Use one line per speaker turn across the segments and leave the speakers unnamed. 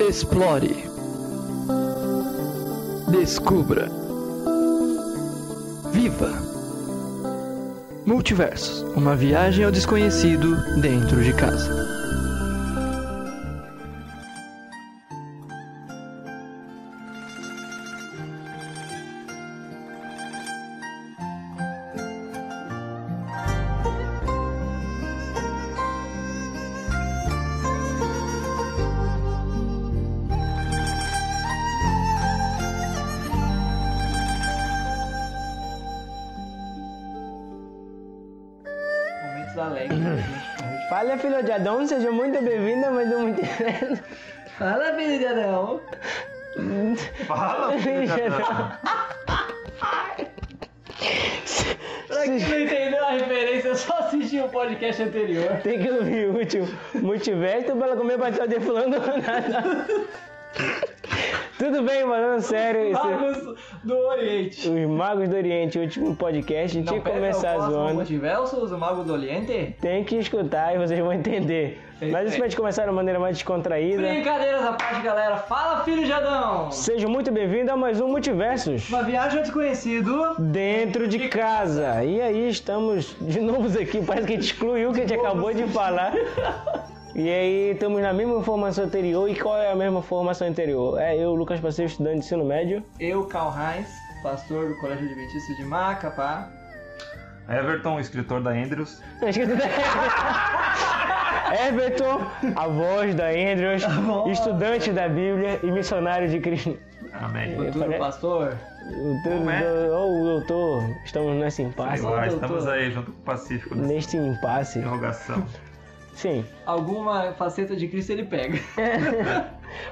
Explore. Descubra. Viva. Multiversos uma viagem ao desconhecido dentro de casa.
Momentos alegres. Fala, filho de Adão, seja muito bem-vinda a mais um muito Fala, filho de Adão.
Fala, filho de Adão.
Pra quem não entendeu a referência, só assistiu o podcast anterior. Tem que ouvir o último multiverso pra ela comer pastel de fulano ou nada. Tudo bem, mano? Sério, esse-
Magos do Oriente.
os Magos do Oriente, o último podcast, a gente ia começar zoando.
Multiversos, o Mago do Oriente?
Tem que escutar e vocês vão entender.
É isso
Mas isso
aí.
pra gente começar de uma maneira mais descontraída.
Brincadeiras à parte, galera. Fala, filho de Adão.
Sejam muito bem-vindos a mais um Multiversos.
Uma viagem ao desconhecido.
Dentro de casa. E aí estamos de novo aqui, parece que a gente excluiu o que a gente acabou de falar. E aí estamos na mesma formação anterior. E qual é a mesma formação anterior? É eu, Lucas Passeio, estudante de ensino médio.
Eu, Carl Heinz, pastor do Colégio Adventista de Macapá.
Everton, escritor da Andrews.
Não, esqueci da- Everton, a voz da Andrews,
voz.
estudante da Bíblia e missionário de Cristo.
Amém.
Futuro
pare-
pastor.
O teu-
Como é?
Ou o doutor, estamos nesse impasse.
Igual,
doutor.
estamos aí junto com o Pacífico nessa
Neste impasse.
interrogação.
Sim.
Alguma faceta de Cristo ele pega.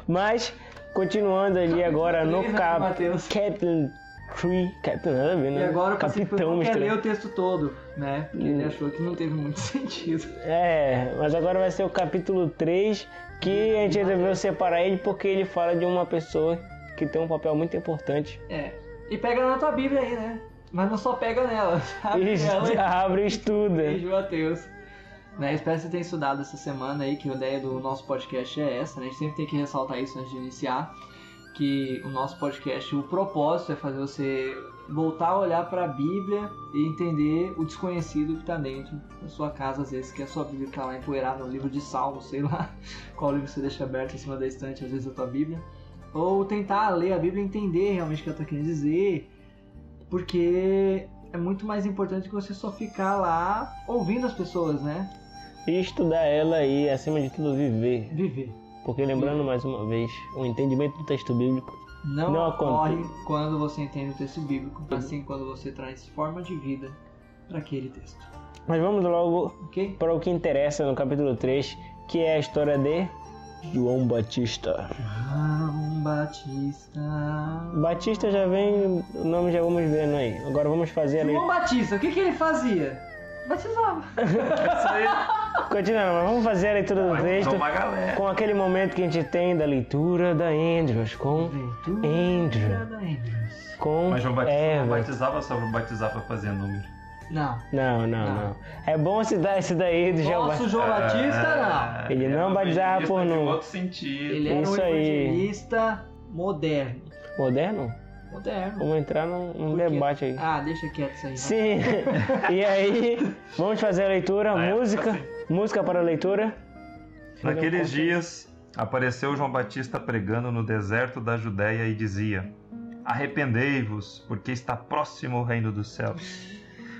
Mas, continuando ali agora no
três,
cap...
Mateus.
Captain Tree. Captain nada a ver,
E
né?
agora o Pacífico não quer
misturado.
ler o texto todo, né? Porque
Hum.
Ele achou que não teve muito sentido.
É, mas agora vai ser o capítulo 3 que a gente resolveu separar ele porque ele fala de uma pessoa que tem um papel muito importante.
É. E pega na tua Bíblia aí, né? Mas não só pega nela, sabe?
E
Ela e
abre e estuda.
Beijo, Matheus. Né, espero que você tenha estudado essa semana aí, que a ideia do nosso podcast é essa, né? A gente sempre tem que ressaltar isso antes de iniciar. Que o nosso podcast, o propósito é fazer você voltar a olhar para a Bíblia e entender o desconhecido que tá dentro da sua casa, às vezes, que a sua Bíblia que tá lá empoeirada no livro de Salmos, sei lá qual livro você deixa aberto em cima da estante, às vezes, a tua Bíblia. Ou tentar ler a Bíblia e entender realmente o que ela tá querendo dizer. Porque é muito mais importante que você só ficar lá ouvindo as pessoas, né?
E estudar ela e, acima de tudo, viver.
Viver.
Porque, lembrando mais uma vez, o entendimento do texto bíblico
Não,
Não
ocorre
acontece.
quando você entende o texto bíblico, assim quando você traz forma de vida para aquele texto,
Mas vamos logo
ok?
para o que interessa no capítulo 3, que é a história de João Batista.
João Batista.
Batista já vem, o nome já vamos vendo aí. Agora vamos fazer ali.
João Batista, o que, que ele fazia? Batizava.
É Isso aí.
Continuando, mas vamos fazer a leitura do
Vai
texto
tomar galera.
com aquele momento que a gente tem da leitura da Andrews com
Ventura
Andrew,
da Andrews.
com é,
Mas João Batista não
Eva.
batizava só pra batizar pra fazer número.
Não.
Não, não,
Não.
não. É bom citar esse daí do João
Nosso
Batista.
É,
João Batista,
Ah,
Ele
era
não
um
batizava
evangelista
por
de
número.
outro
não.
sentido.
Ele era um
Isso aí.
evangelista moderno.
Moderno?
Moderno.
Vamos entrar num, num
Por quê?
debate aí.
Ah, deixa quieto isso aí. vai.
Um Sim. e aí, vamos fazer a leitura,
Na época,
música, música para a leitura.
Tá Naqueles dias, apareceu João Batista pregando no deserto da Judéia e dizia: Arrependei-vos, porque está próximo o reino dos céus.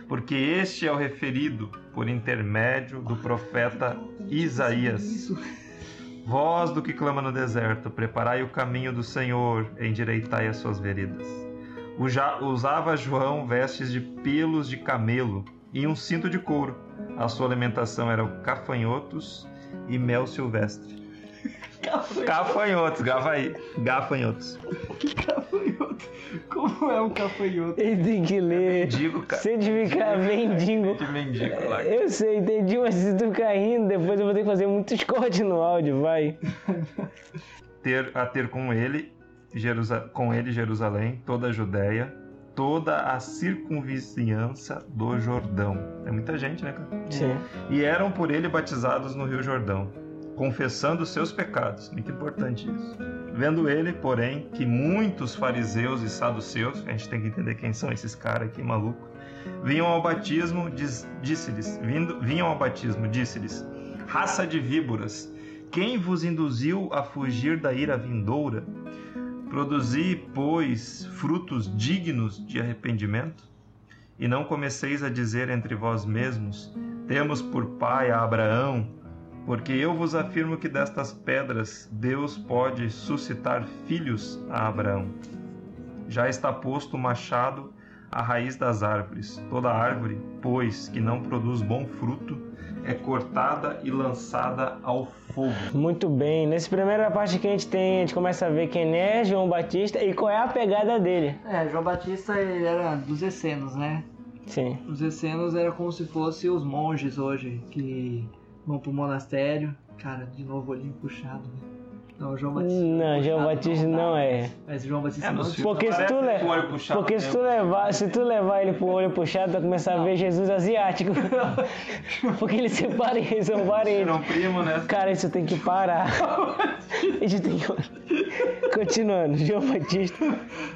Porque este é o referido por intermédio do profeta Isaías.
Isso.
Voz do que clama no deserto, preparai o caminho do Senhor, endireitai as suas veredas. Uja- Usava João vestes de pelos de camelo e um cinto de couro. A sua alimentação era gafanhotos e mel silvestre. Gafanhotos, gavaí, gafanhotos.
Cafanhoto. Como é um cafanhoto?
Ele tem que ler.
Digo, cara.
Se ele ficar mendigo.
Que mendigo lá.
Eu sei, entendi, mas se tu ficar rindo, depois eu vou ter que fazer muitos cortes no áudio, vai.
ter a ter com ele, Jerusa com ele Jerusalém, toda a Judéia, toda a circunvizinhança do Jordão. É muita gente, né, cara?
Sim.
E eram por ele batizados no Rio Jordão. confessando seus pecados. Muito importante isso. Vendo ele, porém, que muitos fariseus e saduceus, a gente tem que entender quem são esses caras aqui maluco, vinham ao batismo, diz- disse-lhes, vindo, vinham ao batismo, disse-lhes, raça de víboras, quem vos induziu a fugir da ira vindoura? Produzi, pois, frutos dignos de arrependimento? E não comeceis a dizer entre vós mesmos, temos por pai a Abraão, porque eu vos afirmo que destas pedras Deus pode suscitar filhos a Abraão. Já está posto o machado à raiz das árvores. Toda árvore, pois, que não produz bom fruto, é cortada e lançada ao fogo.
Muito bem, nessa primeira parte que a gente tem, a gente começa a ver quem é João Batista e qual é a pegada dele.
É, João Batista ele era dos essenos, né?
Sim.
Os essenos era como se fossem os monges hoje, que vão pro monastério. Cara, de novo olhinho puxado, né? Não, João Batista.
Não,
puxado
João Batista
dá.
não é.
Mas João Batista
É,
não.
nos
tipo,
filmes
Porque se tu,
parece
le-
com o olho puxado,
porque
né?
se tu levar, se tu levar ele pro olho puxado, tu vai começar a ver Jesus asiático. Porque eles se parecem, são parentes.
Não, primo, né?
Cara, isso tem que parar. A gente tem que... Continuando, João Batista,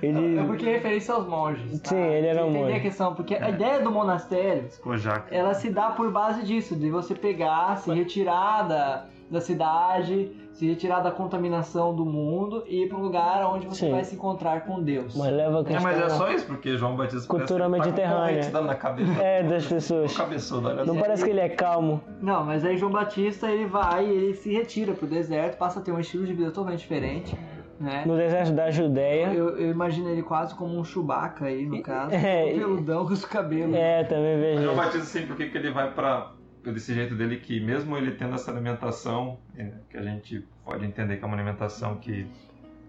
ele...
É porque é referência aos monges. tá?
Sim, ele era
Você
um
entender
monge.
a questão, porque a ideia do monastério,
Kojak.
ela se dá por base disso, de você pegar, se retirar da, da cidade, se retirar da contaminação do mundo e ir pra um lugar onde você
Sim.
vai se encontrar com Deus.
Mas leva a
É,
questão...
mas é só isso, porque João Batista
Cultura
parece que tá com um
mediterrânea.
leite dando na cabeça.
É, das pessoas.
Cabeçudo, olha só.
Não parece que ele é calmo.
Não, mas aí João Batista ele vai, ele se retira pro deserto, passa a ter um estilo de vida totalmente diferente, né?
No deserto da Judéia.
Eu, eu imagino ele quase como um Chewbacca aí, no caso.
É,
todo peludão com os cabelos.
É, também
O João
vejo.
Batista, assim, por que que ele vai pra desse jeito dele que mesmo ele tendo essa alimentação é, que a gente pode entender que é uma alimentação que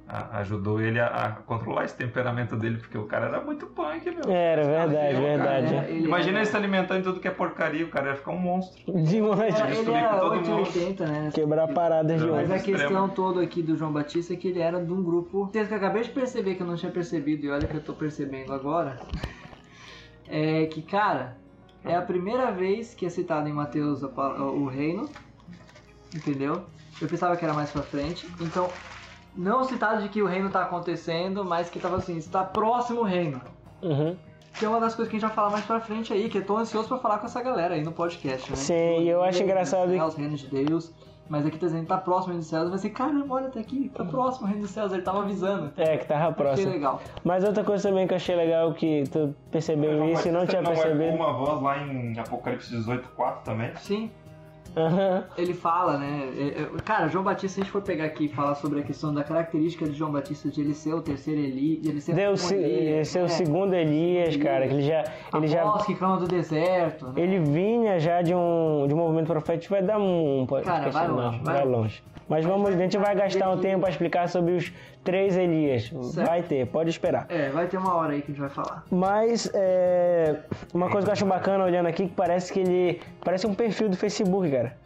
a- ajudou ele a, a controlar esse temperamento dele porque o cara era muito punk meu
Era,
Esse cara
verdade,
viu, cara,
É, verdade.
né? imagina ele se alimentando de tudo que é porcaria o cara ia ficar um monstro
De monte.
Ele, é
Ele
ele
comia com
era
todo
880, né?
Quebrar paradas de
Não,
ouro.
Mas a
Extremo.
questão toda aqui do João Batista é que ele era de um grupo. Tem que eu acabei de perceber que eu não tinha percebido, e olha que eu tô percebendo agora. É que, cara, é a primeira vez que é citado em Mateus a pa- o reino. Entendeu? Eu pensava que era mais pra frente. Então, não citado de que o reino tá acontecendo, mas que tava assim, está próximo o reino.
Uhum.
Que é uma das coisas que a gente vai falar mais pra frente aí, que eu tô ansioso pra falar com essa galera aí no podcast, né?
Sim, e eu acho engraçado
Os reinos de Deus, mas aqui tá dizendo que tá próximo o reino dos céus, vai ser, caramba, olha, tá aqui, tá próximo o reino dos céus, ele tava avisando.
É, que tava
Que
próximo.
legal.
Mas outra coisa também que eu achei legal que tu
O
percebeu
João
isso e não
Batista
tinha
é com
percebido.
uma voz lá em Apocalipse 18.4 também
Sim,
Aham.
ele fala, né? é, é, Cara, João Batista, se a gente for pegar aqui e falar sobre a questão da característica de João Batista de ele ser o terceiro Eli, de ele ser
Deu
o
se-
Elias,
esse é o
né?
segundo Elias, cara, que ele já. Ele
A
já.
voz que clama do deserto, né?
Ele vinha já de um, de um movimento profético, vai dar um podcast
Cara, vai
não,
longe, vai
vai longe. Mas vamos, a gente vai gastar um tempo pra explicar sobre os três Elias.
Certo.
Vai ter, pode esperar.
É, vai ter uma hora aí que a gente vai falar.
Mas é, uma coisa que eu acho bacana olhando aqui que parece que ele parece um perfil do Facebook, cara.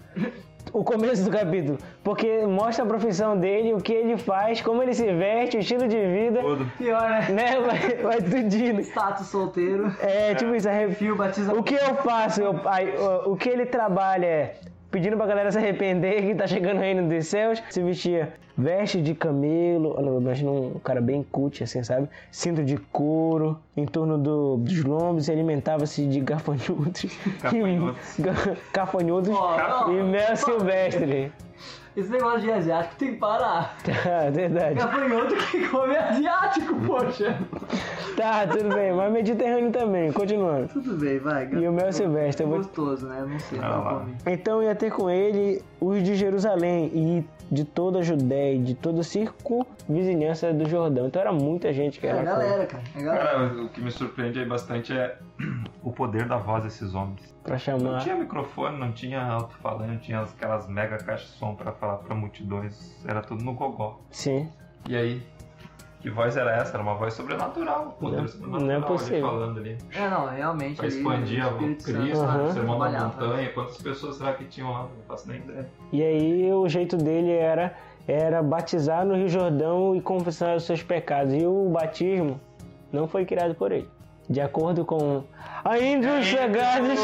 O começo do capítulo, porque mostra a profissão dele, o que ele faz, como ele se veste, o estilo de vida,
Tudo.
Pior, né?
né? Vai, vai tudinho.
Status solteiro.
É, tipo isso, arrepio.
Fio batiza
O que eu faço? Eu- ai, o- o que ele trabalha é pedindo pra galera se arrepender que tá chegando o reino dos céus. Se vestia veste de camelo, olha, eu imagino um cara bem cut, assim, sabe? Cinto de couro, em torno do- dos lombos, e alimentava-se de gafanhotos.
Gafanhotos.
Ga- Gafanhotos.
Ó, ó,
E mel silvestre.
Esse negócio de asiático tem que parar.
Tá, verdade.
Gafanhoto que come asiático, poxa.
Tá, tudo bem. Mas Mediterrâneo também, continuando.
Tudo bem, vai.
E o mel silvestre, eu vou
Gostoso, né? Não sei,
Ah,
não
lá.
comi.
Então ia ter com ele os de Jerusalém e de toda a Judéia e de toda a circunvizinhança do Jordão. Então era muita gente que
É
era.
a galera, cara. É a galera.
cara o que me surpreende aí bastante é o poder da voz desses homens
com- Pra
Não
chamar.
tinha microfone, não tinha alto-falante, não tinha aquelas mega caixas de som pra falar pra multidões, era tudo no gogó.
Sim.
E aí? Que voz era essa? Era uma voz sobrenatural, um poder
Não-
sobrenatural
não é
ali
possível.
falando ali.
É, não, realmente.
Pra
ali,
expandir a
o
Cristo,
Espírito
Aham.
o
Santo né?
sermão da
trabalhava.
montanha, quantas pessoas será que tinham lá? Não faço nem ideia.
E aí o jeito dele era era batizar no Rio Jordão e confessar os seus pecados. E o batismo não foi criado por ele. De acordo com a Andrews Chegados,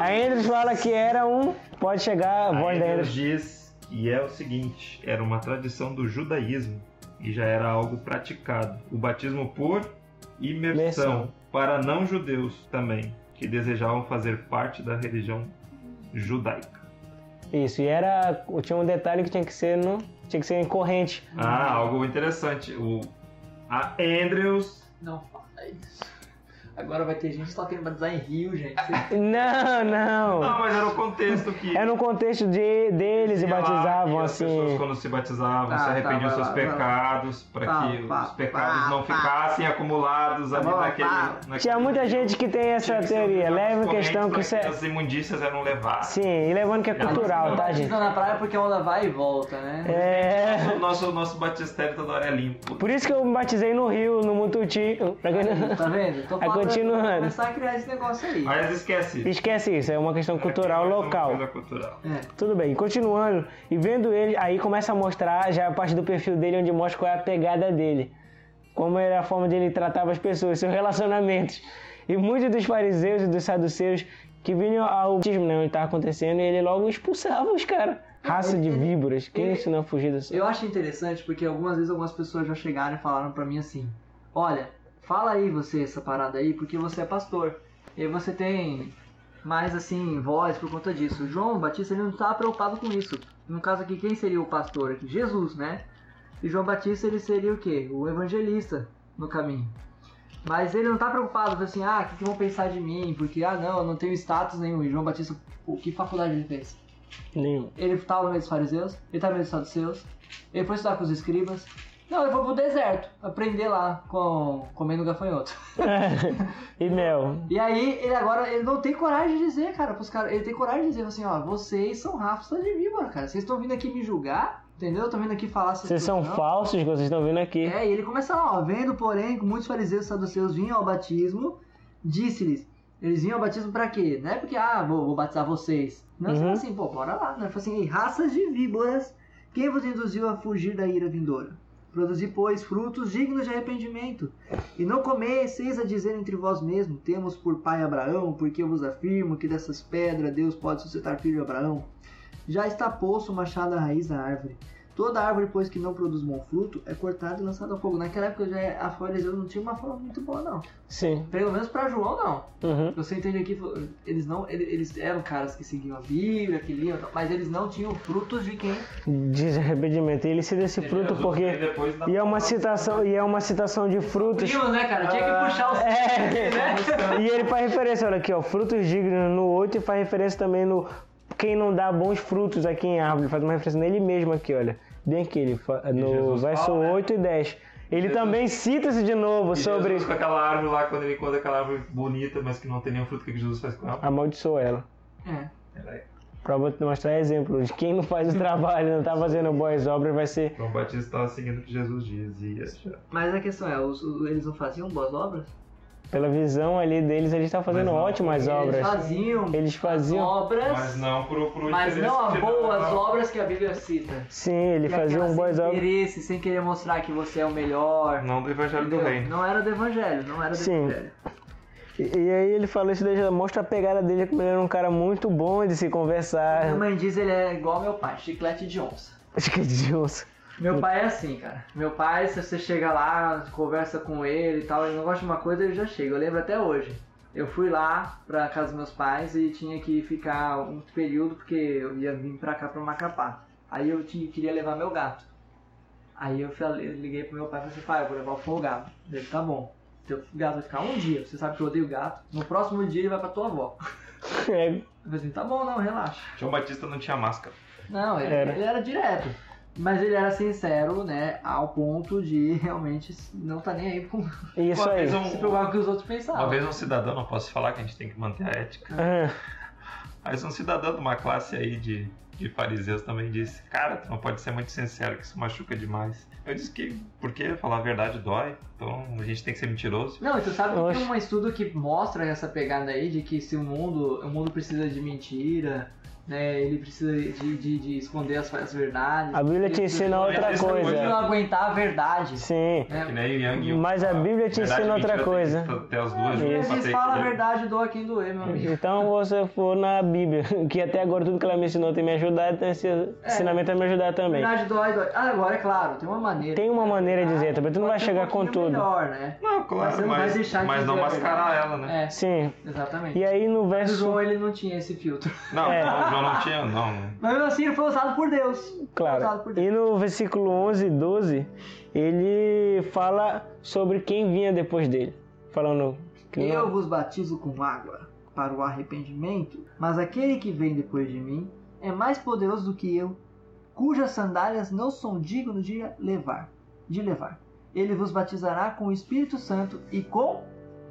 a Andrews fala que era um. Pode chegar a voz da
Aí Deus
Andrews.
diz E é o seguinte: era uma tradição do judaísmo e já era algo praticado. O batismo por imersão,
Imersão.
para não-judeus também, que desejavam fazer parte da religião judaica.
Isso, e era. Tinha um detalhe que tinha que ser no. Tinha que ser em corrente.
Ah, algo interessante. O a Andrews
Não fala isso. Agora vai ter gente que tá querendo batizar em Rio, gente.
É
Vocês-
Não, não.
Não, Ah, mas era o contexto que.
Era um no contexto de, deles e
Sei lá,
batizavam
que as pessoas
assim.
quando se batizavam,
Tá,
se
tá,
arrependiam
vai
dos seus
lá, vai lá.
pecados, para
Tá,
que
pá,
os pecados
pá,
não
pá.
ficassem acumulados ali
Tá bom,
naquele,
pá.
naquele.
Tinha muita gente que tem essa
Tinha que ser
teoria.
um
Leva em
corrente
questão que
pra
isso é.
As imundícias eram levadas.
Sim, e levando que é cultural,
assim,
tá, gente?
Não, na praia porque a onda vai e volta, né?
É.
O nosso, nosso batistério toda hora é limpo.
Por isso que eu me batizei no Rio, no Mututi. pra quem-
Tá vendo? Tô
Aí
falando pra
É, continuando.
começar a criar esse negócio aí.
Mas esquece.
Esquece isso, é uma questão cultural
É uma
local.
coisa cultural.
É.
Tudo bem, continuando, e vendo ele, aí começa a mostrar já a parte do perfil dele, onde mostra qual é a pegada dele. Como era a forma de ele tratava as pessoas, seus relacionamentos. E muitos dos fariseus e dos saduceus que vinham ao batismo, né, onde estava acontecendo, e ele logo expulsava os caras. Raça de víboras, quem ensinou a é fugir do sol?
Eu acho interessante porque algumas vezes algumas pessoas já chegaram e falaram pra mim assim: Olha, fala aí você essa parada aí, porque você é pastor. E você tem mais assim, voz por conta disso. O João Batista ele não tá preocupado com isso. No caso aqui, quem seria o pastor aqui? Jesus, né? E João Batista ele seria o quê? O evangelista no caminho. Mas ele não tá preocupado, assim, ah, o que, que vão pensar de mim? Porque, ah, não, eu não tenho status nenhum. E João Batista, o que faculdade ele fez?
Nenhum.
Ele estava no meio dos fariseus, ele estava no meio dos saduceus, ele foi estudar com os escribas. Não, ele foi pro deserto, aprender lá com comendo um gafanhoto.
e mel.
E aí, ele agora, ele não tem coragem de dizer, cara, pros caras, ele tem coragem de dizer assim, ó, vocês são rafas de víbora, cara, vocês estão vindo aqui me julgar, entendeu? Estão vindo aqui falar essas
Vocês são
coisas, não."
falsos, vocês estão vendo aqui.
É, e ele começa lá, ó, vendo, porém, que muitos fariseus e saduceus vinham ao batismo, disse-lhes, eles vinham ao batismo pra quê? Não é porque, ah, vou, vou batizar vocês. Não,
Uhum.
uhum. assim, pô, bora lá. Não, Ele falou assim, "Ei, raças de víboras, quem vos induziu a fugir da ira vindoura? Produzi, pois, frutos dignos de arrependimento. E não comeceis a dizer entre vós mesmos, temos por pai Abraão, porque eu vos afirmo que dessas pedras Deus pode suscitar filho de Abraão. Já está posto o machado à raiz da árvore. Toda árvore, pois, que não produz bom fruto, é cortada e lançada ao fogo. Naquela época já a fariseu não tinha uma forma muito boa, não.
Sim.
Pelo menos pra João, não.
Uhum.
Você entende aqui, eles não. ele- Eles eram caras que seguiam a Bíblia, que liam, e tal, mas eles não tinham frutos de quem.
Desarrependimento. E ele cita esse fruto
Jesus veio
porque.
depois da-
E é uma citação, e é uma citação de frutos.
Primos, né, cara? Tinha que puxar os.
Então, É. E ele faz referência, olha aqui, ó, frutos dignos no 8 e faz referência também no quem não dá bons frutos aqui em árvore, faz uma referência nele mesmo aqui, olha. Bem aqui, ele fa- no
Jesus
verso
fala, né?
8 e 10. Ele também cita-se de novo
E
sobre
Jesus com aquela árvore lá, quando ele encontra aquela árvore bonita, mas que não tem nenhum fruto, o que que Jesus faz com ela?
amaldiçoa ela.
É.
Pra bot- mostrar exemplo de quem não faz o trabalho, não tá fazendo boas obras, vai ser.
João Batista estava seguindo o que Jesus dizia.
Mas a questão é, os- os- eles não faziam boas obras?
Pela visão ali deles, eles estão fazendo
Mas não,
ótimas
Eles
obras.
faziam
Eles faziam.
obras,
Mas não pro, pro
mas não
interesse
as
final,
boas
não.
obras que a Bíblia cita.
Sim,
E
ele
aquela
fazia um boas
sem
obras.
interesse, sem querer mostrar que você é o melhor.
Não do Evangelho do
entendeu?
Reino.
Não era do evangelho, não era do
Sim.
evangelho.
E, e aí ele falou isso daí, já mostra a pegada dele, como ele era um cara muito bom de se conversar.
Minha mãe diz ele é igual meu pai, chiclete de onça.
Acho que é de onça.
Meu pai é assim, cara. Meu pai, se você chega lá, conversa com ele e tal, ele não gosta de uma coisa, ele já chega. Eu lembro até hoje. Eu fui lá pra casa dos meus pais e tinha que ficar um período porque eu ia vir pra cá pra Macapá. Aí eu tinha, queria levar meu gato. Aí eu falei- eu liguei pro meu pai e falei assim, pai, eu vou levar o folgado. Ele, tá bom. Teu gato vai ficar um dia, você sabe que eu odeio gato. No próximo dia ele vai pra tua avó.
É,
Eu falei assim, tá bom, não, relaxa.
João Batista não tinha máscara.
Não, ele
Era.
ele era direto. Mas ele era sincero, né? Ao ponto de realmente não tá nem aí com
isso
uma,
aí.
Vez
se
um,
preocupar com o que os outros
uma
pensavam.
vez um cidadão, não posso falar que a gente tem que manter a ética,
Ah,
mas um cidadão de uma classe aí de, de fariseus também disse: Cara, tu não pode ser muito sincero, que isso machuca demais. Eu disse que, porque falar a verdade dói, então a gente tem que ser mentiroso.
Não, e tu sabe que
Oxe.
tem um estudo que mostra essa pegada aí de que se o mundo, o mundo precisa de mentira, né? Ele precisa de, de- de esconder as, as verdades.
A Bíblia
Ele
te ensina
precisa-
outra
ele precisa
coisa.
aguentar a verdade.
Sim.
né?
Que nem Yang e o-
Mas a Bíblia te
Verdade,
ensina
mentira,
outra
tem
coisa.
que Até as duas
Isso.
juntas pra
Jesus
ter
fala a
equilíbrio.
verdade, doa quem doer, meu amigo.
Então você for na Bíblia, que até agora tudo que ela me ensinou tem me ajudado, tem esse ensinamento a me ajudar também.
É. Verdade dói, dói. Ah, agora, é claro, tem uma maneira.
Tem uma maneira de dizer,
Ah,
também tu não
pode
vai
ser
chegar
um
com
pouquinho
tudo.
melhor, né?
Não,
Mas você
claro,
não vai
mas,
deixar de
mas
dizer
não
a
mascarar
verdade.
ela, né?
É,
Sim.
exatamente.
E é aí no
Mas o
verso.
João, ele não tinha esse filtro.
Não,
É.
o João não tinha, não. né?
Mas mesmo assim, ele foi usado por Deus. Foi usado por
Claro.
Deus.
E no versículo 11 e 12, ele fala sobre quem vinha depois dele. Falando que não-
Eu vos batizo com água para o arrependimento, mas aquele que vem depois de mim é mais poderoso do que eu, cujas sandálias não são dignos de levar. De levar. Ele vos batizará com o Espírito Santo e com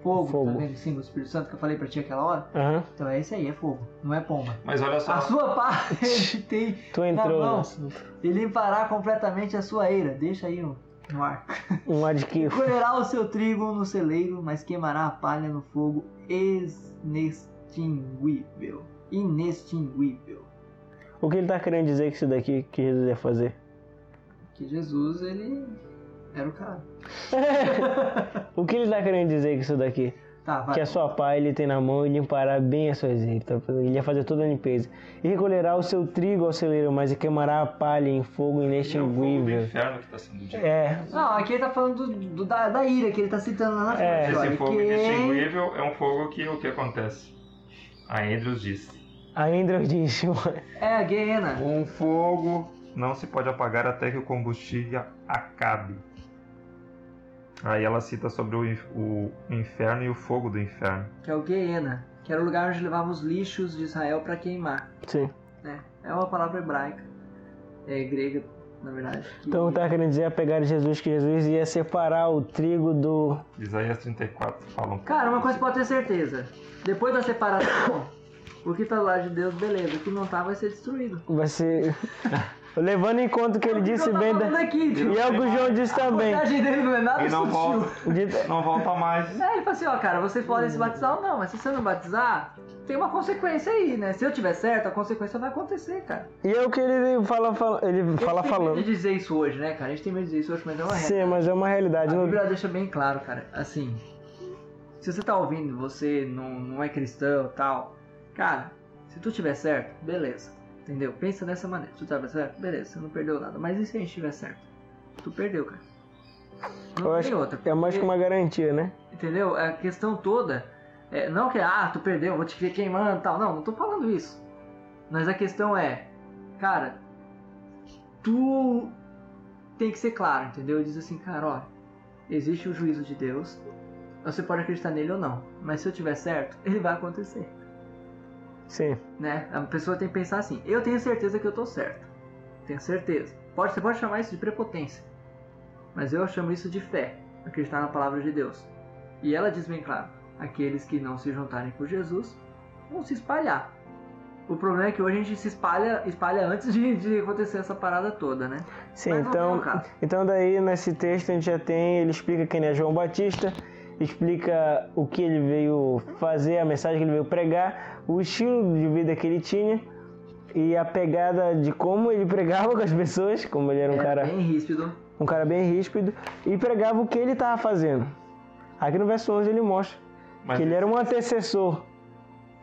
fogo.
Fogo.
Tá vendo o símbolo do Espírito Santo que eu falei pra ti aquela hora?
Aham.
Então é isso aí, é fogo, não é pomba.
Mas olha
Ah,
A
só,
sua parte tem
Tu
na
entrou né?
mão
nossa,
e limpará completamente a sua eira. Deixa aí no, no ar.
um adquirido.
Colherá o seu trigo no celeiro, mas queimará a palha no fogo inextinguível. Inextinguível.
O que ele tá querendo dizer que isso daqui que Jesus ia fazer?
Que Jesus, ele era o cara.
o que ele tá querendo dizer que isso daqui?
Tá, vai.
Que é a sua pá ele tem na mão e limpará bem as suas redes. tá? Ele ia fazer toda a limpeza. E recolherá o seu trigo ao celeiro, mas e queimará a palha
é
em fogo
o fogo do
inextinguível.
inferno que tá sendo dito.
É,
Não, aqui ele tá falando do- do- da, da ira que ele tá citando lá na frente.
É,
olha,
Esse fogo
que-
inextinguível é um fogo que o que acontece? A Andrews disse.
a Andrew disse.
É, Guiena.
Um fogo não se pode apagar até que o combustível acabe. Aí ela cita sobre o, inf- o inferno e o fogo do inferno.
Que é o Guiena. Que era o lugar onde levavam os lixos de Israel pra queimar.
Sim.
Né? É uma palavra hebraica. É grega, na verdade. que-
Então tá querendo dizer a pegada de Jesus que Jesus ia separar o trigo do.
Isaías 34 fala um pouco
Cara, uma coisa
disso.
pode ter certeza. Depois da separação, o que tá do lado de Deus, beleza. O que não tá vai ser destruído.
Vai ser. Levando em conta o que ele disse
eu
bem.
tava
da-
falando aqui, tipo,
E é o que o João disse
a
também.
mensagem dele não é nada
E não
sutil.
volta,
De-
não volta mais.
É, ele fala assim, ó, cara, vocês podem se batizar ou não, mas se você não batizar, tem uma consequência aí, né? Se eu tiver certo, a consequência vai acontecer, cara.
E é o que ele fala, fala- ele
A
fala
gente tem medo
falando.
de dizer isso hoje, né, cara? A gente tem medo de dizer isso hoje, mas é uma regra.
Sim, mas é uma realidade.
A
não-
Bíblia deixa bem claro, cara. Assim, se você tá ouvindo, você não, não é cristão tal, cara, se tu tiver certo, beleza. Entendeu? Pensa dessa maneira. Se tu tiver certo, beleza, você não perdeu nada. Mas e se a gente tiver certo? Tu perdeu, cara. Não
Eu
tem
acho-
outra.
É mais que uma garantia, né?
Entendeu? A questão toda é, não que ah, tu perdeu, vou te ver queimando e tal. Não, não tô falando isso. Mas a questão é, cara, tu tem que ser claro, entendeu? Diz assim, cara, ó, existe o juízo de Deus. Você pode acreditar nele ou não, mas se eu tiver certo, ele vai acontecer,
Sim.
né? A pessoa tem que pensar assim: eu tenho certeza que eu tô certo. Tenho certeza. Pode, você pode chamar isso de prepotência, mas eu chamo isso de fé, acreditar na palavra de Deus. E ela diz bem claro: aqueles que não se juntarem com Jesus vão se espalhar. O problema é que hoje a gente se espalha, espalha antes de, de acontecer essa parada toda, né?
Sim,
Mas não é
então.
o caso.
Então daí nesse texto a gente já tem, ele explica quem é João Batista, explica o que ele veio fazer, a mensagem que ele veio pregar, o estilo de vida que ele tinha e a pegada de como ele pregava com as pessoas, como ele era um
Era
cara,
É bem ríspido.
um cara bem ríspido e pregava o que ele estava fazendo. Aqui no verso 11 ele mostra
Mas, é
que ele era um antecessor,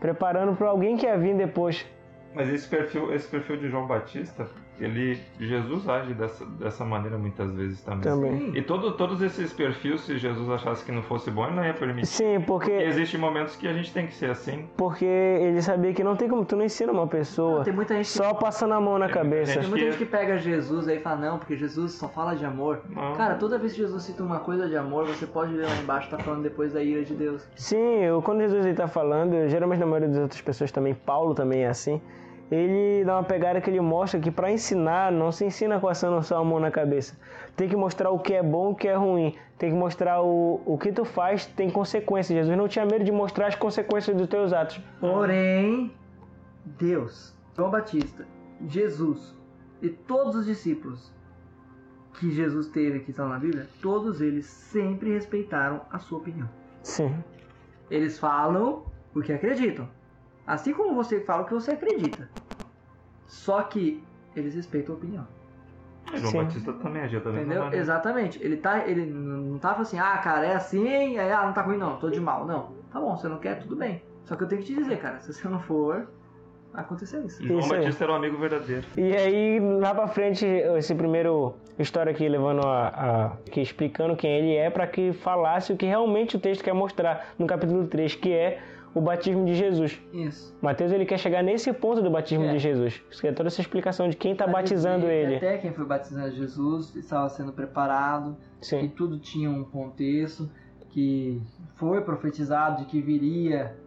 preparando para alguém que ia vir depois.
mas esse perfil, esse perfil de João Batista, ele Jesus age dessa, dessa maneira muitas vezes também.
Também.
Sim.
E todo, todos esses perfis, se Jesus achasse que não fosse bom, ele não ia permitir.
Sim,
E
porque
existem momentos que a gente tem que ser assim.
porque ele sabia que não tem como tu não ensina uma pessoa
Tem muita gente que
só passando a mão na
Tem muita
cabeça.
Tem muita gente que pega Jesus aí e fala, não, porque Jesus só fala de amor.
Não.
Cara, toda vez que Jesus cita uma coisa de amor, você pode ler lá embaixo, tá falando depois da ira de Deus.
Sim, eu, quando Jesus está falando, eu, geralmente na maioria das outras pessoas também, Paulo também é assim, ele dá uma pegada que ele mostra que para ensinar, não se ensina com essa noção a mão na cabeça. Tem que mostrar o que é bom o que é ruim. Tem que mostrar o, o que tu faz tem consequências. Jesus não tinha medo de mostrar as consequências dos teus atos.
Porém, Deus, João Batista, Jesus e todos os discípulos que Jesus teve que estão na Bíblia, todos eles sempre respeitaram a sua opinião.
Sim,
Eles falam o que acreditam. Assim como você fala o que você acredita. Só que eles respeitam a opinião.
João
Sim.
Batista também, a Gia também
Entendeu?
não vai, né?
Exatamente. Ele, tá, ele não tava assim, ah, cara, é assim, aí, ah, não tá ruim não, tô de mal. Não. Tá bom, você não quer, tudo bem. Só que eu tenho que te dizer, cara, se você não for, aconteceu isso.
E João
Isso aí.
Batista era um amigo verdadeiro.
E aí, lá pra frente, esse primeiro história aqui levando a, a- que explicando quem ele é para que falasse o que realmente o texto quer mostrar no capítulo 3, que é o batismo de Jesus.
Isso.
Mateus ele quer chegar nesse ponto do batismo
É.
de Jesus. Isso que é toda essa explicação de quem tá
Pra
batizando
dizer que
ele.
Até quem foi batizando Jesus estava sendo preparado, que
Sim.
tudo tinha um contexto, que foi profetizado de que viria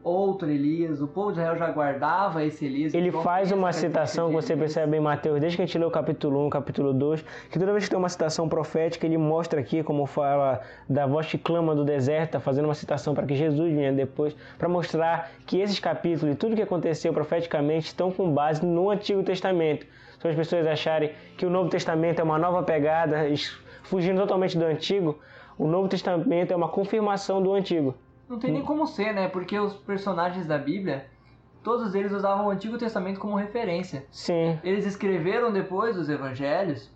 outro Elias, o povo de Israel já aguardava esse Elias.
Ele
Então,
faz
essa
uma
característica
citação que
de
você
Elias.
percebe em Mateus, desde que a gente lê o capítulo 1, capítulo 2, que toda vez que tem uma citação profética, ele mostra aqui, como fala da voz que clama do deserto, tá fazendo uma citação para que Jesus venha depois, para mostrar que esses capítulos e tudo que aconteceu profeticamente estão com base no Antigo Testamento. Se as pessoas acharem que o Novo Testamento é uma nova pegada, es- fugindo totalmente do Antigo, o Novo Testamento é uma confirmação do Antigo.
Não tem nem como ser, né? Porque os personagens da Bíblia, todos eles usavam o Antigo Testamento como referência.
Sim,
Eles escreveram depois os evangelhos,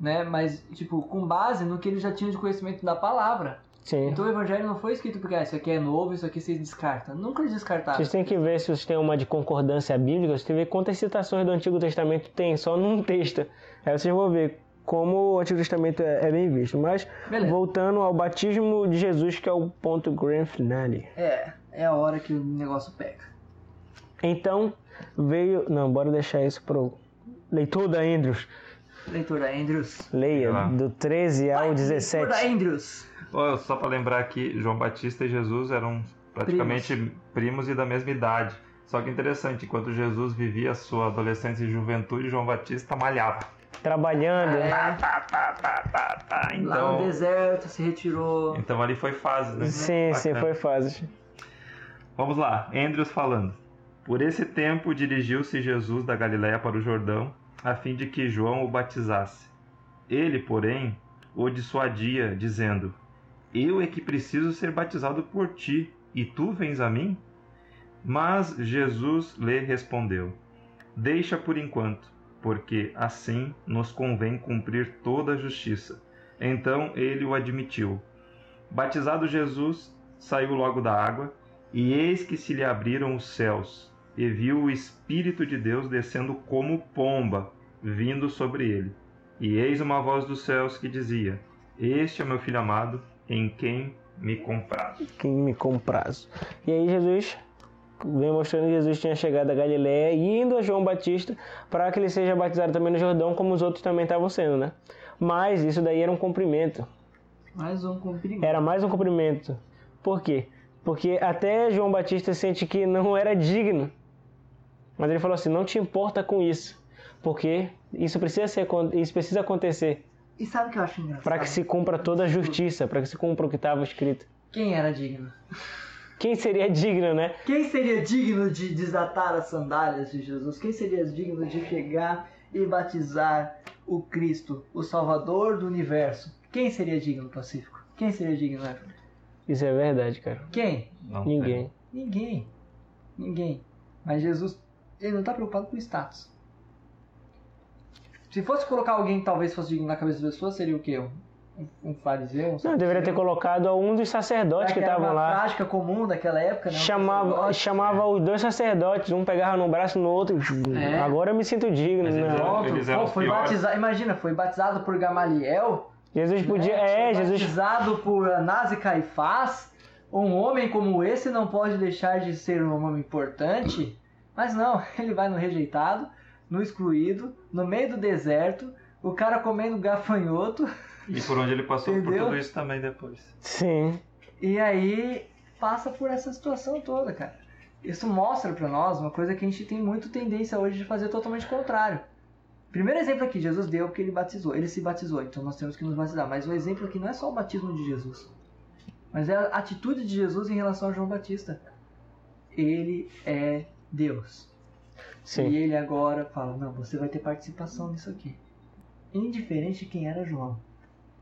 né? Mas, tipo, com base no que eles já tinham de conhecimento da palavra.
sim.
Então o evangelho não foi escrito porque ah, isso aqui é novo, isso aqui vocês descartam. Nunca eles descartaram.
Vocês têm que ver se vocês têm uma de concordância bíblica, vocês têm que ver quantas citações do Antigo Testamento tem, só num texto. Aí vocês vão ver como o Antigo Testamento é, é bem visto. Mas,
Beleza.
voltando ao batismo de Jesus, que é o ponto grand finale.
É, é a hora que o negócio pega.
Então, veio... Não, bora deixar isso pro leitor da Andrews.
Leitura Andrews.
Leia,
Vai lá.
do 13 ao
Vai, Leitura
17.
Andrews.
Ó, Só pra lembrar aqui, João Batista e Jesus eram praticamente primos. e da mesma idade. Só que interessante, enquanto Jesus vivia a sua adolescência e juventude, João Batista malhava.
Trabalhando,
É,
Tá, tá, tá, tá, tá.
Lá no
Então,
deserto, se retirou.
então ali foi fase, né?
Sim, sim,
Bacana.
foi fácil.
Vamos lá, Andrews falando. Por esse tempo dirigiu-se Jesus da Galiléia para o Jordão, a fim de que João o batizasse. Ele, porém, o dissuadia, dizendo: Eu é que preciso ser batizado por ti, e tu vens a mim? Mas Jesus lhe respondeu: Deixa por enquanto, porque assim nos convém cumprir toda a justiça. Então ele o admitiu. Batizado Jesus, saiu logo da água. E eis que se lhe abriram os céus, e viu o Espírito de Deus descendo como pomba, vindo sobre ele. E eis uma voz dos céus que dizia: Este é meu filho amado, em quem me comprado.
quem me comprazo. E aí Jesus vem mostrando que Jesus tinha chegado a Galiléia e indo a João Batista para que ele seja batizado também no Jordão, como os outros também estavam sendo, né? Mas isso daí era um cumprimento.
Mais um cumprimento.
Era mais um cumprimento. Por quê? Porque até João Batista sente que não era digno. Mas ele falou assim: "Não te importa com isso, porque isso precisa ser isso precisa acontecer
E sabe o que eu acho engraçado?
para que se cumpra toda a justiça, para que se cumpra o que estava escrito.
Quem era digno?
Quem seria digno, né?
Quem seria digno de desatar as sandálias de Jesus? Quem seria digno de chegar e batizar o Cristo, o Salvador do universo? Quem seria digno, Pacífico? Quem seria digno, Everton?
Isso é verdade, cara.
Quem?
Não sei.
Ninguém.
Ninguém. Ninguém. Mas Jesus, ele não tá preocupado com o status. Se fosse colocar alguém que talvez fosse digno na cabeça das pessoas, seria o quê? Um, um fariseu? Um
Não, deveria ter colocado um dos sacerdotes que
Era
estavam
uma
lá.
prática comum daquela época, né? Um
Chamava,
sacerdote.
chamava os dois sacerdotes, um pegava no braço no outro.
É.
Agora eu me sinto digno. né?
Mas eles
Não.
eram-
Pronto,
É, Eles eram
pô,
os
foi
piores.
batizado, imagina, foi batizado por Gamaliel.
Jesus podia.
né?
É,
Foi
Jesus.
Batizado por Anás e Caifás. Um homem como esse não pode deixar de ser um homem importante. Mas não, ele vai no rejeitado, no excluído, no meio do deserto, o cara comendo gafanhoto.
E por onde ele passou por
Entendeu?
tudo isso também depois.
Sim.
E aí passa por essa situação toda, cara. Isso mostra pra nós uma coisa que a gente tem muito tendência hoje de fazer totalmente o contrário. Primeiro exemplo aqui, Jesus deu porque ele batizou, ele se batizou, então nós temos que nos batizar. Mas o exemplo aqui não é só o batismo de Jesus, mas é a atitude de Jesus em relação a João Batista. Ele é Deus. E
Sim.
ele agora fala: Não, você vai ter participação nisso aqui. Indiferente de quem era João.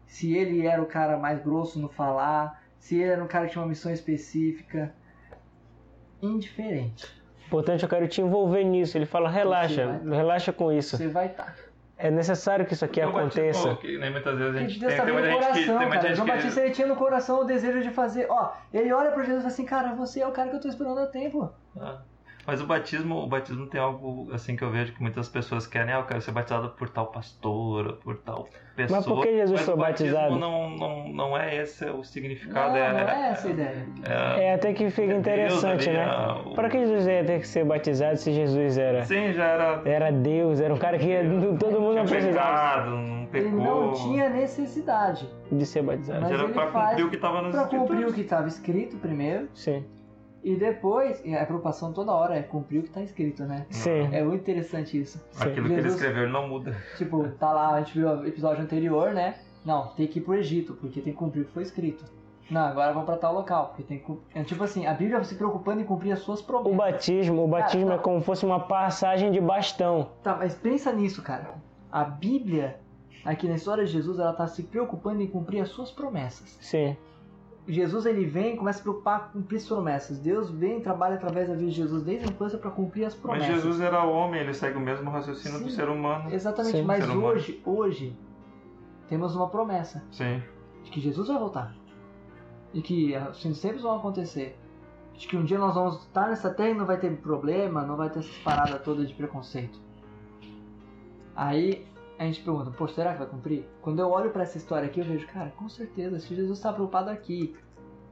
Se ele era o cara mais grosso no falar, se ele era um cara que tinha uma missão específica. Indiferente.
Portanto, eu quero te envolver nisso. Ele fala, relaxa,
Você vai-
relaxa com isso.
Você vai tá. estar.
É necessário que isso aqui
João Batista,
aconteça.
pô, que nem muitas vezes a gente
Deus
tem,
sabia
tem muita
no
gente
coração,
que tem muita
cara.
gente
João
que-
Batista ele tinha no coração o desejo de fazer. Ó, ele olha pra Jesus e fala assim, cara, você é o cara que eu tô esperando há tempo.
Ah. Mas o batismo, o batismo tem algo assim que eu vejo que muitas pessoas querem, ah, eu quero ser batizado por tal pastor, ou por tal pessoa.
por que Jesus
é Mas
foi
o batismo
batizado?
Não, não, não é esse o significado,
não,
é,
não é essa a ideia.
É até que fica
Deus
interessante,
ali,
né?
ah, o-
Para que Jesus ia ter que ser batizado se Jesus era?
é, Sim, já era
Era Deus, era um cara que todo mundo
tinha
precisava
pecado, não pecou.
Ele não tinha necessidade
de ser batizado.
Mas
era
ele
pra
faz
cumprir o que estava nos
pra cumprir o
escrituras.
que estava escrito primeiro
Sim,
e depois, e a preocupação toda hora é cumprir o que tá escrito, né?
sim.
É muito interessante isso.
Sim.
Aquilo que ele
Jesus-
escreveu ele não muda.
Tipo, tá lá, a gente viu o episódio anterior, né? Não, tem que ir pro Egito, porque tem que cumprir o que foi escrito. Não, agora vamos pra tal local, porque tem que cumprir. É tipo assim, a Bíblia se preocupando em cumprir as suas
O
promessas.
batismo, o batismo
Ah,
é
tá.
como fosse uma passagem de bastão.
Tá, mas pensa nisso, cara. A Bíblia, aqui na história de Jesus, ela tá se preocupando em cumprir as suas promessas.
Sim,
Jesus, ele vem e começa a se preocupar com cumprir as promessas. Deus vem e trabalha através da vida de Jesus desde a infância pra cumprir as
Mas
promessas.
Jesus era homem, ele segue o mesmo raciocínio do
Sim.
ser humano.
Exatamente,
Sim.
mas
Ser humano.
hoje, hoje, temos uma promessa.
Sim.
de que Jesus vai voltar e que os sempre vão acontecer de que um dia nós vamos estar nessa terra e não vai ter problema, não vai ter essas paradas todas de preconceito. Aí a gente pergunta, pô, será que vai cumprir? Quando eu olho pra essa história aqui, eu vejo, cara, com certeza, se Jesus tá preocupado aqui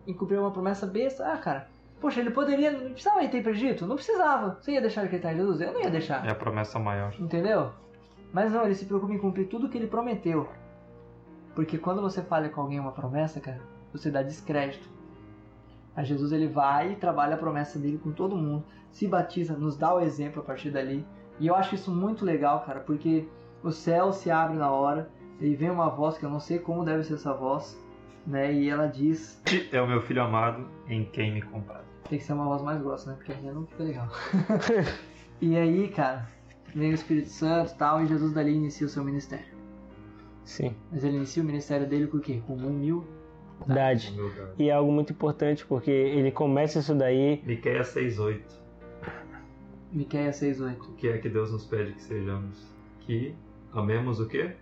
em cumprir uma promessa besta, ah, cara, poxa, ele poderia, não precisava ir ter pro Egito, não precisava. Você ia deixar ele acreditar em Jesus? Eu não ia deixar.
É a promessa maior.
Entendeu? Mas não, ele se preocupa em cumprir tudo o que ele prometeu. Porque quando você falha com alguém uma promessa, cara, você dá descrédito. Mas Jesus ele vai e trabalha a promessa dele com todo mundo, se batiza, nos dá o exemplo a partir dali. E eu acho isso muito legal, cara, porque o céu se abre na hora e vem uma voz que eu não sei como deve ser essa voz, né? E ela diz,
É o meu filho amado em quem me comprar.
tem que ser uma voz mais grossa, né? Porque a minha não fica legal. e aí, cara, vem o Espírito Santo e tal, e Jesus dali inicia o seu ministério.
sim.
Mas ele inicia o ministério dele com o quê? Com um humildade.
Verdade. E é algo muito importante porque ele começa isso daí
Miqueia 6,8.
Miqueias 6.8.
O que é que Deus nos pede que sejamos? Que amemos o quê?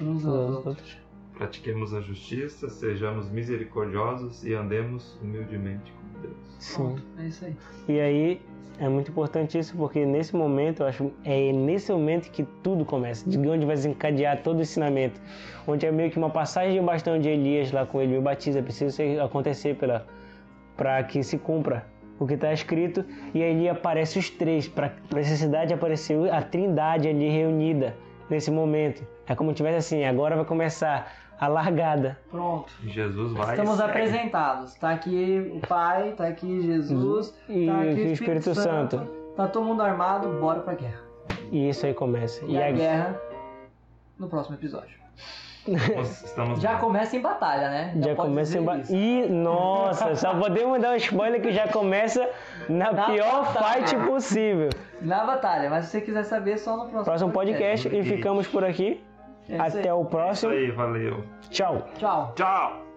Uns aos
aos
outros.
outros.
Pratiquemos a justiça, sejamos misericordiosos e andemos humildemente com Deus.
Sim.
É isso aí.
E aí é muito importante isso porque nesse momento, eu acho, é nesse momento que tudo começa, de onde vai desencadear todo o ensinamento, onde é meio que uma passagem de bastão de Elias lá com ele, o batismo, é preciso ser- acontecer pela para que se cumpra o que está escrito e aí aparece os três, para necessidade apareceu a Trindade ali reunida nesse momento. É como se tivesse assim, agora vai começar a largada.
Pronto.
E Jesus vai. e
Estamos
segue.
apresentados. Tá aqui o Pai, tá aqui Jesus,
E
tá aqui
o Espírito Santo.
Tá todo mundo armado, bora pra guerra.
E isso aí começa.
E, a guerra no próximo episódio.
Nós Estamos
Já começa em batalha, né?
Já
pode
começa
dizer
em ba...
isso.
Ih, nossa, só podemos dar um spoiler que já começa na
Na
pior
batalha.
fight possível.
Na batalha, mas se você quiser saber, só no próximo,
Próximo podcast e ficamos por aqui.
É isso aí.
Até o
É, Isso
próximo.
aí, valeu.
Tchau.
Tchau.
Tchau!